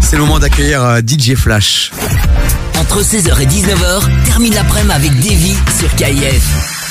c'est le moment d'accueillir euh, DJ Flash. Entre 16h et 19h, termine l'après-midi avec Davy sur KIF.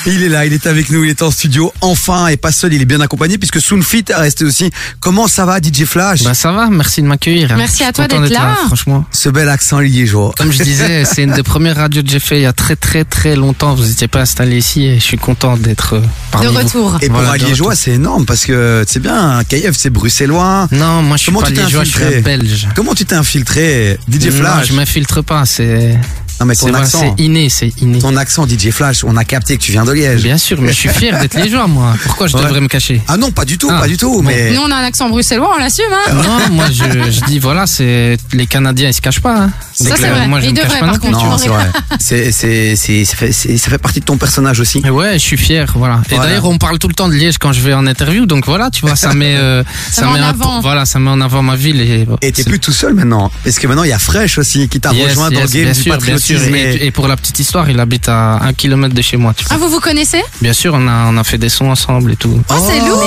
Il est là, il est avec nous, il est en studio, enfin, et pas seul, il est bien accompagné puisque Soonfit a resté aussi. Comment ça va, DJ Flash Bah ça va, merci de m'accueillir. Merci à Je suis toi content d'être là. Franchement, Ce bel accent liégeois. comme je disais, c'est une des premières radios que j'ai fait il y a très très très longtemps. Vous n'étiez pas installé ici et je suis content d'être euh, parmi De vous. retour. Et pour Voilà, un de liégeois, c'est énorme parce que c'est bien, Kayev, c'est bruxellois. Non, moi je suis Comment pas tu t'es liégeois, je suis infiltré un belge. Comment tu t'es infiltré, DJ Non, Flash je m'infiltre pas, c'est Non, mais c'est ton vrai, accent. c'est inné, c'est inné. Ton accent, DJ Flash, on a capté que tu viens de Liège. Bien sûr, mais je suis fier d'être liégeois moi. Pourquoi je Ouais. devrais me cacher Ah non, pas du tout, Ah, pas du tout, mais. Nous, on a un accent bruxellois, on l'assume, hein Non, moi je, je dis voilà, c'est les Canadiens ils se cachent pas. hein. C'est Ça, c'est clair. vrai. Moi je Ils me cache devraient, pas non par plus. contre. Non, On c'est vrai. C'est, c'est, c'est, ça fait- c'est- ça fait partie de ton personnage aussi. Mais ouais, je suis fier, voilà. Et Voilà. d'ailleurs, on parle tout le temps de Liège quand je vais en interview, donc voilà, tu vois, ça met, euh, Ça met en un- avant. voilà, ça met en avant ma ville et. Et t'es c'est- plus tout seul maintenant, parce que maintenant il y a Fresh aussi qui t'a Yes, rejoint dans yes, le game bien du sûr, bien sûr. patriotisme. et- Et, et pour la petite histoire, il habite à un kilomètre de chez moi. Tu Ah, vois. vous vous connaissez Bien sûr, on a, on a fait des sons ensemble et tout. Oh, c'est lourd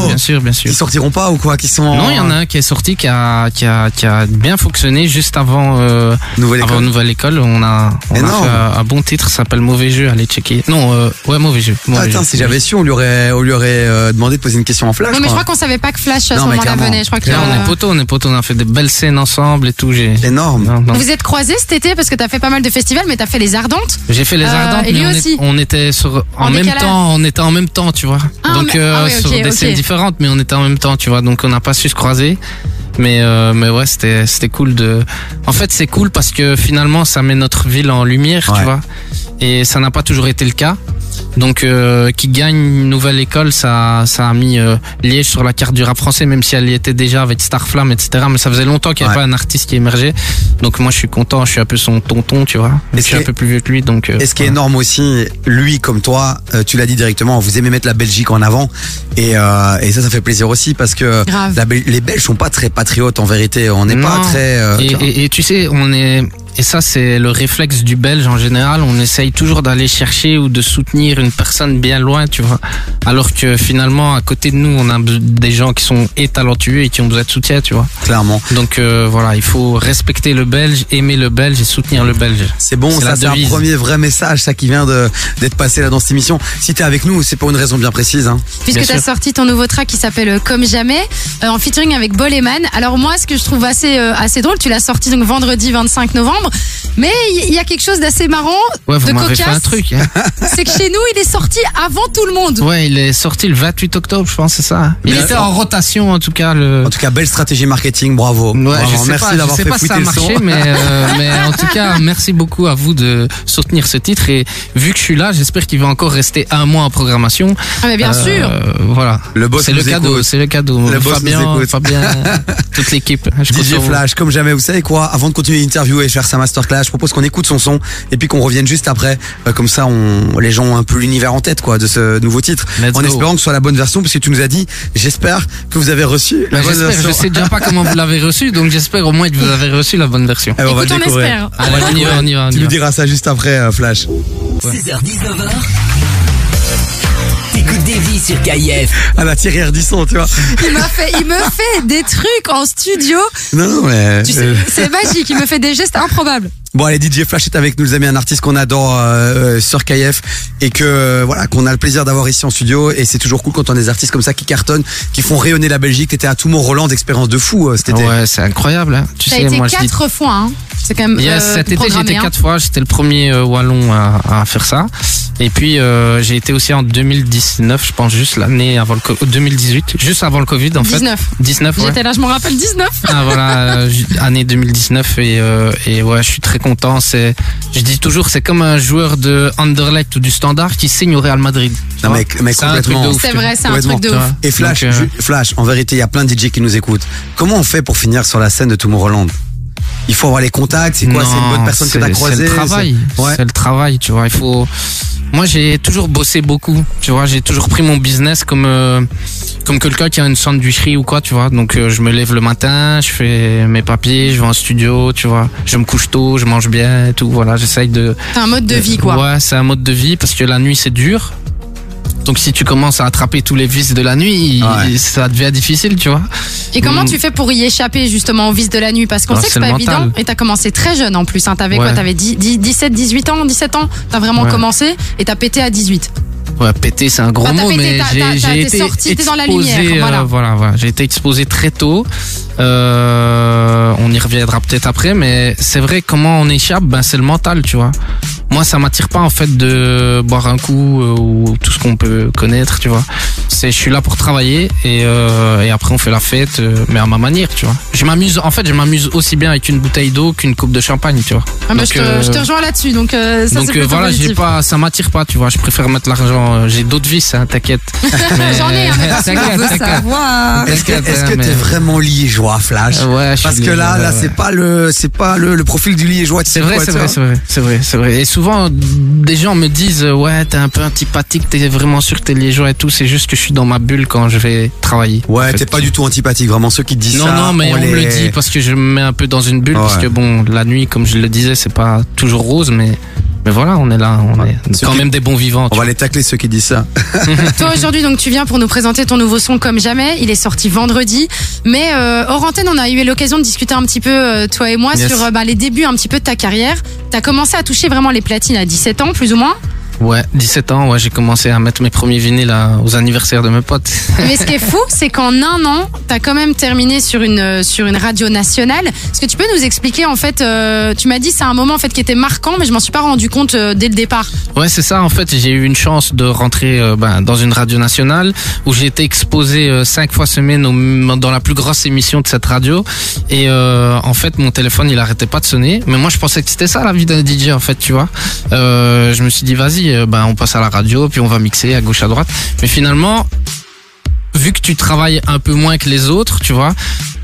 Oui, Bien sûr, bien sûr. Ils sortiront pas ou quoi Qui sont Non, il y en a un qui est sorti, qui a, qui a, qui a bien fonctionné juste avant, euh, Nouvelle avant école. Nouvelle École. On a, on a Énorme. fait un, un bon titre, ça s'appelle Mauvais Jeu, allez checker. Non, euh, ouais, Mauvais Jeu. Ah, Mauvais Attends, Jeu. si j'avais su, on lui aurait, on lui aurait euh, demandé de poser une question en flash. Non, mais je quoi. crois qu'on savait pas que Flash à Non, ce mais moment-là clairement. venait. Je crois que Là, on euh, est poteau, on est poteau, on a fait des belles scènes ensemble et tout. J'ai, Énorme. Non, non. Vous êtes croisés cet été parce que t'as fait pas mal de festivals, mais t'as fait les Ardentes. J'ai fait les Euh, Ardentes, et lui mais on, est- aussi. on était sur en, En même décalage. temps, on était en même temps, tu vois. Ah, donc euh, mais- ah oui, sur ok, des ok. scènes différentes, mais on était en même temps, tu vois. Donc on n'a pas su se croiser, mais euh, mais ouais, c'était c'était cool de. En fait, c'est cool parce que finalement, ça met notre ville en lumière, Ouais. tu vois. Et ça n'a pas toujours été le cas. Donc, euh, qui gagne une nouvelle école, ça, ça a mis euh, Liège sur la carte du rap français, même si elle y était déjà avec Starflame, etc. Mais ça faisait longtemps qu'il n'y avait Ouais. pas un artiste qui émergeait. Donc, moi, je suis content. Je suis un peu son tonton, tu vois. Et Je ce suis un qui est- peu plus vieux que lui, donc. euh, Et ce qui est voilà. énorme aussi, lui comme toi, euh, tu l'as dit directement, vous aimez mettre la Belgique en avant. Et, euh, et ça, ça fait plaisir aussi parce que Grave. la Bel- les Belges sont pas très patriotes en vérité. On n'est pas Non. très. euh, Et, tu vois. et- et tu sais, on est et ça c'est le réflexe du Belge en général. On essaye toujours d'aller chercher ou de soutenir une personne bien loin, tu vois. Alors que finalement, à côté de nous, on a be- des gens qui sont et talentueux et qui ont besoin de soutien, tu vois. Clairement. Donc euh, voilà, il faut respecter le Belge, aimer le Belge et soutenir le Belge. C'est bon, C'est ça la c'est un devise. premier vrai message, ça qui vient de- d'être passé là dans cette émission. Si t'es avec nous, c'est pour une raison bien précise. Hein. Puisque Bien t'as sûr. sorti ton nouveau track qui s'appelle euh, Comme Jamais, euh, en featuring avec Boleman. Alors moi, ce que je trouve assez, euh, assez drôle, tu l'as sorti donc vendredi 25 novembre, mais il y, y a quelque chose d'assez marrant, Ouais, vous De m'avez fait cocasse. un truc. hein. c'est que chez nous, il est sorti avant tout le monde. Ouais, il est sorti le 28 octobre, je pense, c'est ça. hein. Il Bien était sûr. en rotation en tout cas le. En tout cas, belle stratégie marketing, bravo. Ouais, Bravo, je sais Merci pas, je d'avoir sais fait pas si fouiller ça a le son. marché, mais, euh, mais en tout cas, merci beaucoup à vous de soutenir ce titre. Et vu que je suis là, j'espère qu'il va encore rester un mois en programmation. Ah mais bien Euh, sûr Voilà. Le boss C'est le nous cadeau, écoute. c'est le cadeau. Le boss nous Fabien, écoute. Fabien, toute l'équipe. Je compte DJ sur vous. Flash, comme jamais, vous savez quoi Avant de continuer l'interview et faire sa masterclass, je propose qu'on écoute son son et puis qu'on revienne juste après. Euh, comme ça, on, les gens ont un peu l'univers en tête quoi de ce nouveau titre. Let's en go. espérant que ce soit la bonne version, parce que tu nous as dit, j'espère que vous avez reçu la Mais bonne J'espère, version. je sais déjà pas comment vous l'avez reçu, donc j'espère au moins que vous avez reçu la bonne version. Eh ben, on va Écoute, le on découvrir. espère. Allez, on y va, on y va, on y Tu nous va. diras ça juste après, euh, Flash. 16h-19h, t'écoutes Davy sur KIF. À la tirière du son, bah, tu vois. Il m'a fait, il me fait des trucs en studio. Non, non, mais. Tu euh, sais, c'est magique. Il me fait des gestes improbables. Bon allez DJ Flash est avec nous les amis un artiste qu'on adore euh, euh, sur KF et que euh, voilà qu'on a le plaisir d'avoir ici en studio et c'est toujours cool quand on a des artistes comme ça qui cartonnent qui font rayonner la Belgique t'étais à Toulon Roland expérience de fou euh, cet été Ouais, c'est incroyable. hein. Tu Ça a sais, été moi je dis quatre fois. hein. C'est quand même Yes, euh, cet été programmé, j'étais hein. quatre fois, j'étais le premier euh, wallon à, à faire ça. Et puis euh, j'ai été aussi en 2019, je pense juste l'année avant le co- euh, 2018, juste avant le Covid en 19. fait. 19. ouais. J'étais là, je m'en rappelle 19. Ah, voilà, euh, j- année 2019 et, euh, et ouais, je suis très content. C'est, je dis toujours, c'est comme un joueur de Anderlecht ou du Standard qui signe au Real Madrid. Tu Non, vois mais- mais C'est un truc de complètement. ouf, C'est tu vois. vrai, c'est un truc de Tu ouf. vois. et Flash Donc, euh, ju- Flash en vérité il y a plein de DJ qui nous écoutent comment on fait pour finir sur la scène de Toulon Roland il faut avoir les contacts c'est quoi c'est une Non, bonne personne que c'est- t'as croisée C'est le travail. c'est- ouais. C'est le travail, tu vois. Il faut. Moi, j'ai toujours bossé beaucoup. Tu vois, j'ai toujours pris mon business comme euh, comme quelqu'un qui a une sandwicherie ou quoi, tu vois. Donc, euh, je me lève le matin, je fais mes papiers, je vais en studio, tu vois. Je me couche tôt, je mange bien, et tout. Voilà, j'essaye de. C'est un mode de vie, quoi. Ouais, c'est un mode de vie parce que la nuit c'est dur. Donc si tu commences à attraper tous les vices de la nuit, Ouais. ça devient difficile, tu vois. Et comment Mm. tu fais pour y échapper justement aux vices de la nuit Parce qu'on Ah, sait que c'est c'est le pas mental. évident. Et t'as commencé très jeune en plus. Hein. T'avais quoi Ouais. T'avais 10, 10, 17, 18 ans 17 ans T'as vraiment Ouais. commencé et t'as pété à 18. Ouais, péter, c'est un gros Enfin, t'as mot, pété, mais t'as- t'as- j'ai t'as- j'ai t'es été sorti, t'es exposé. dans la lumière, euh, voilà. voilà, voilà. j'ai été exposé très tôt. Euh, on y reviendra peut-être après, mais c'est vrai comment on échappe, ben c'est le mental, tu vois. Moi, ça m'attire pas en fait de boire un coup euh, ou tout ce qu'on peut connaître, tu vois. C'est, je suis là pour travailler et, euh, et après on fait la fête, euh, mais à ma manière, tu vois. Je m'amuse, en fait, je m'amuse aussi bien avec une bouteille d'eau qu'une coupe de champagne, tu vois. Ah, bah, Donc, je, te, euh, je te rejoins là-dessus. Donc euh, ça c'est donc euh, plutôt voilà, j'ai positif. pas, ça m'attire pas, tu vois. Je préfère mettre l'argent. euh, J'ai d'autres vices, hein, t'inquiète. Mais- J'en ai, hein, mais T'inquiète, t'inquiette. savoir. Est-ce que T'inquiète, est-ce que hein, mais- t'es vraiment liégeois, Flash Euh, ouais, je Parce suis que là, lié, là, ouais, c'est ouais. pas le, c'est pas le, le profil du liégeois. tu C'est sais vrai, quoi, c'est tu vrai, vois. c'est vrai, c'est vrai, c'est vrai. Et souvent, des gens me disent, euh, ouais, t'es un peu antipathique, t'es vraiment sûr que t'es liégeois et tout. C'est juste que je suis dans ma bulle quand je vais travailler. Ouais, t'es pas du tout antipathique, vraiment. Ceux qui te disent Non, ça. non, mais on, les- me le dit parce que je me mets un peu dans une bulle. Parce Ouais. que bon, la nuit, comme je le disais, c'est pas toujours rose, mais mais voilà, on est là, on est Ceux quand qui- même des bons vivants. On tu va les tacler ceux qui disent ça. Toi aujourd'hui donc tu viens pour nous présenter ton nouveau son comme jamais. Il est sorti vendredi, mais euh, hors antenne on a eu l'occasion de discuter un petit peu euh, toi et moi Yes. sur euh, bah, les débuts un petit peu de ta carrière. T'as commencé à toucher vraiment les platines à 17 ans plus ou moins. Ouais, 17 ans, ouais, j'ai commencé à mettre mes premiers vinyles à- aux anniversaires de mes potes. Mais ce qui est fou, c'est qu'en un an, t'as quand même terminé sur une euh, sur une radio nationale. Est-ce que tu peux nous expliquer en fait euh, Tu m'as dit c'est un moment en fait qui était marquant, mais je m'en suis pas rendu compte euh, dès le départ. Ouais, c'est ça. En fait, j'ai eu une chance de rentrer euh, ben, dans une radio nationale où j'ai été exposé euh, cinq fois semaine au- dans la plus grosse émission de cette radio. Et euh, en fait, mon téléphone, il arrêtait pas de sonner. Mais moi, je pensais que c'était ça la vie d'un DJ, en fait, tu vois. Euh, je me suis dit, vas-y, euh, ben, on passe à la radio, puis on va mixer à gauche, à droite. Mais finalement, vu que tu travailles un peu moins que les autres, tu vois,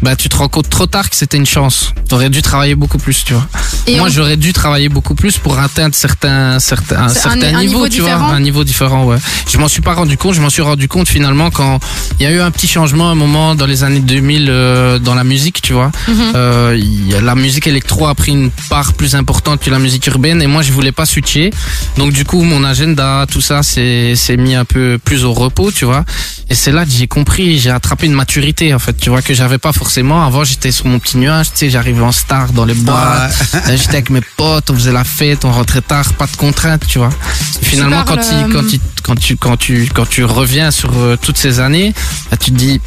bah tu te rends compte trop tard que c'était une chance. T'aurais dû travailler beaucoup plus, tu vois. Et Moi, on- j'aurais dû travailler beaucoup plus pour atteindre certains, certains, un C'est un- certain niveau, un niveau tu différent. vois, un niveau différent. Ouais. Je m'en suis pas rendu compte. Je m'en suis rendu compte finalement quand il y a eu un petit changement à un moment dans les années 2000 euh, dans la musique, tu vois. Mhm. Euh, il y a- la musique électro a pris une part plus importante que la musique urbaine et moi je voulais pas switcher. Donc du coup mon agenda, tout ça, c'est c'est mis un peu plus au repos, tu vois. Et c'est là que j'ai compris, j'ai attrapé une maturité en fait, tu vois que j'avais pas forcément. Avant j'étais sur mon petit nuage, tu sais, j'arrivais en star dans les boîtes, Là, j'étais avec mes potes, on faisait la fête, on rentrait tard, pas de contraintes, tu vois. Et finalement parles, quand, il- quand, euh, il- quand tu quand tu quand tu reviens sur euh, toutes ces années, là, tu te dis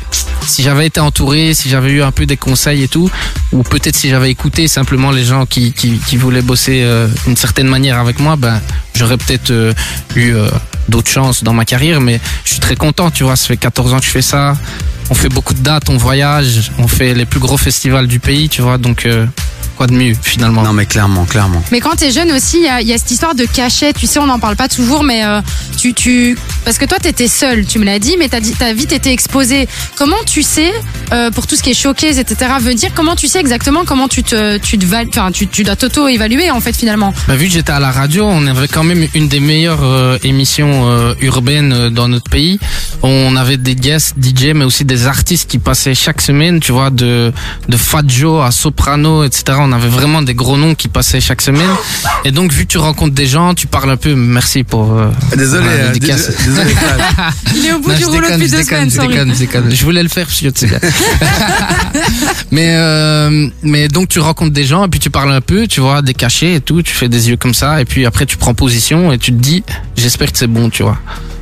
si j'avais été entouré, si j'avais eu un peu des conseils et tout, ou peut-être si j'avais écouté simplement les gens qui, qui, qui voulaient bosser euh, d'une certaine manière avec moi, ben j'aurais peut-être euh, eu euh, d'autres chances dans ma carrière, mais je suis très content, tu vois, ça fait 14 ans que je fais ça. On fait beaucoup de dates, on voyage, on fait les plus gros festivals du pays, tu vois, donc euh, quoi de mieux finalement. Non, mais clairement, clairement. Mais quand t'es jeune aussi, il y a, il y a cette histoire de cachet. Tu sais, on n'en parle pas toujours, mais euh, tu, tu, parce que toi, t'étais seul, tu me l'as dit, mais t'as dit, t'as vite été exposé. Comment tu sais, euh, pour tout ce qui est showcase, etc., veut dire comment tu sais exactement comment tu te, tu te, val- enfin, tu, tu dois t'auto-évaluer en fait finalement. Bah, vu que j'étais à la radio, on avait quand même une des meilleures euh, émissions euh, urbaines euh, dans notre pays. On avait des guests DJ, mais aussi des artistes qui passaient chaque semaine, tu vois, de de Fat Joe à Soprano, etc. On avait vraiment des gros noms qui passaient chaque semaine. Et donc, vu que tu rencontres des gens, tu parles un peu. Merci pour. euh, Désolé, Ouais, euh, dédicace. dés- désolé. Flash. Il est au bout non, du je rouleau déconne, depuis je deux déconne, semaines. je déconne, je déconne. Je voulais le faire parce que tu sais bien. mais euh, mais donc tu rencontres des gens et puis tu parles un peu, tu vois, des cachets et tout, tu fais des yeux comme ça et puis après tu prends position et tu te dis j'espère que c'est bon, tu vois.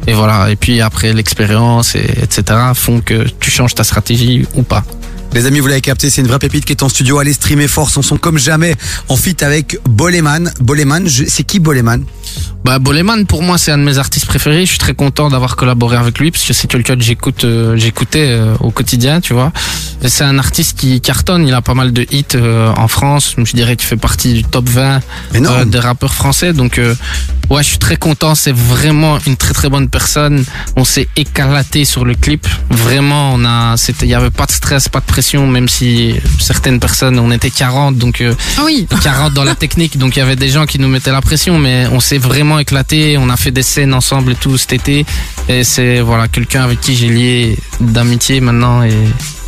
Et voilà, et puis après l'expérience et etc font que tu changes ta stratégie ou pas. Les amis, vous l'avez capté, c'est une vraie pépite qui est en studio. Allez streamer fort son son comme jamais. En fit avec Boleman. Boleman, je- c'est qui Boleman Bah Boleman pour moi c'est un de mes artistes préférés. Je suis très content d'avoir collaboré avec lui parce que c'est quelqu'un que j'écoute, euh, j'écoutais euh, au quotidien, tu vois. Et C'est un artiste qui cartonne. Il a pas mal de hits euh, en France. Je dirais qu'il fait partie du top 20 euh, Énorme. des rappeurs français. Donc euh, ouais, je suis très content. C'est vraiment une très très bonne personne. On s'est éclaté sur le clip. Vraiment, on a, c'était, il y avait pas de stress, pas de pression, même si certaines personnes, on était 40, donc. euh, Ah oui. 40 dans la technique, donc il y avait des gens qui nous mettaient la pression, mais on s'est vraiment éclaté, on a fait des scènes ensemble et tout cet été, et c'est voilà quelqu'un avec qui j'ai lié d'amitié maintenant, et,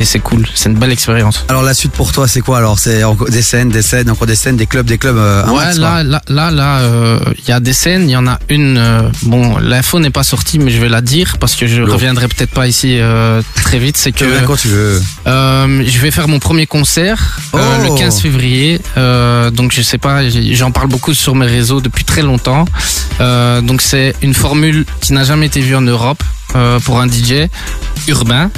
et c'est cool, c'est une belle expérience. Alors la suite pour toi, c'est quoi Alors c'est encore des scènes, des scènes, encore des scènes, des clubs, des clubs. euh, un Ouais, max, quoi. là, là, là, là, euh, il y a des scènes. scènes. Il y en a une. euh, bon, l'info n'est pas sortie, mais je vais la dire parce que je reviendrai peut-être pas ici euh, très vite. C'est que Tu reviens quand tu veux. euh, je vais faire mon premier concert euh, Oh. le 15 février. Euh, donc je sais pas, j- j'en parle beaucoup sur mes réseaux depuis très longtemps. Euh, donc c'est une formule qui n'a jamais été vue en Europe euh, pour un DJ urbain.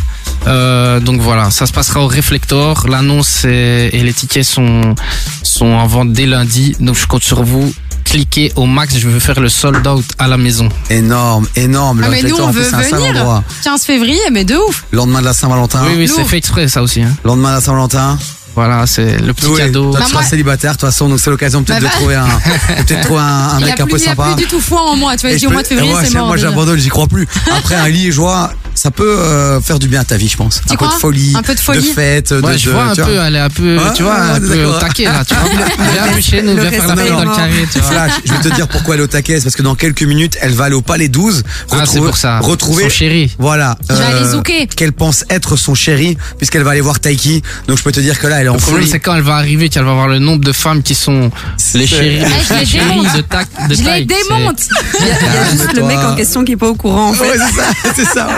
Euh, donc voilà, ça se passera au Reflector. L'annonce est- et les tickets sont sont en vente dès lundi. Donc je compte sur vous. Cliquez au max. Je veux faire le sold out à la maison. Énorme, énorme. Ah, Le mais nous, Reflector, on en plus, veut c'est un sale venir. endroit. 15 février, mais de ouf. Lendemain de la Saint-Valentin. oui, oui, lourd. c'est fait exprès ça aussi. hein. Lendemain de la Saint-Valentin. Voilà, c'est le petit Oui, cadeau. Toi, Bah, tu moi- seras célibataire, de toute façon, donc c'est l'occasion peut-être Bah, de bah. trouver un, de peut-être trouver un, un Il y a mec un plus- peu il y a sympa. plus du tout foi en moi. Tu vois, Et je dis je au peux- mois de février, et moi, c'est c'est- mort. Moi, déjà. j'abandonne, j'y crois plus. Après, un liégeois, ça peut euh, faire du bien à ta vie, je pense. Un peu crois de folie, Un peu de folie. fête, de, Ouais, je de- vois un tu vois. peu, hein. elle est un peu, Ouais, tu vois, ouais, un ouais, peu au d'accord. taquet là, tu vois. Viens chez nous, le viens faire la reste, fête non, dans le non. carré, tu vois. Flash, je vais te dire pourquoi elle est au taquet, c'est parce que dans quelques minutes, elle va aller au Palais 12, Ah, c'est retrouver- pour ça. retrouver Son chéri. Voilà. euh, Il va aller zouker. Qu'elle pense être son chéri, puisqu'elle va aller voir Taiki. Donc je peux te dire que là, elle est en Le problème, folie. c'est quand elle va arriver, qu'elle va voir le nombre de femmes qui sont les chéris, Eh, je les les chéris démonte. de tac, de Je les taille. démonte. Il y a, il y a juste le Calme-toi. mec en question qui est pas au courant. En fait. Ouais, c'est ça, c'est ça, ouais.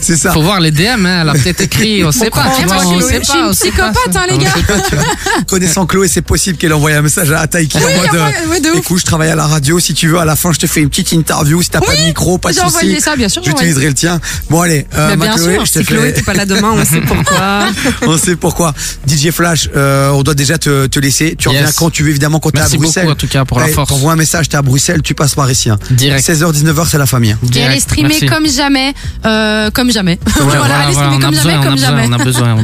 c'est ça. Faut voir les DM, hein, elle a peut-être écrit, on sait pas, Eh, tu moi, vois, je suis- on sait je suis pas, une on sait pas, psychopathe, ça. hein, les On gars. sait pas, tu vois. Connaissant Chloé, c'est possible qu'elle envoie un message à Taiki. en mode, envoie- euh, ouais, de ouf. Écoute, je travaille à la radio. Si tu veux, à la fin, je te fais une petite interview. Si t'as pas de micro, pas de J'ai envoyé souci. ça, bien sûr. ouais. J'utiliserai le tien. Bon, allez, euh, Mais ma bien Chloé, sûr, je te Si Chloé fais. t'es pas là demain, on sait pourquoi. On sait pourquoi. DJ Flash, euh, on doit déjà te, te laisser. Tu Yes. reviens quand tu veux, évidemment, quand t'es à Merci Bruxelles. beaucoup, en tout cas, pour la Ouais, force. T'envoies un message, t'es à Bruxelles, tu passes par ici. hein. Direct. 16h, 19h, c'est la famille. hein. Et elle est direct. streamée Merci. comme jamais. euh, Comme jamais. Ouais, Voilà, elle voilà, est streamée on a comme besoin, jamais, on a comme besoin, jamais. on a besoin, on a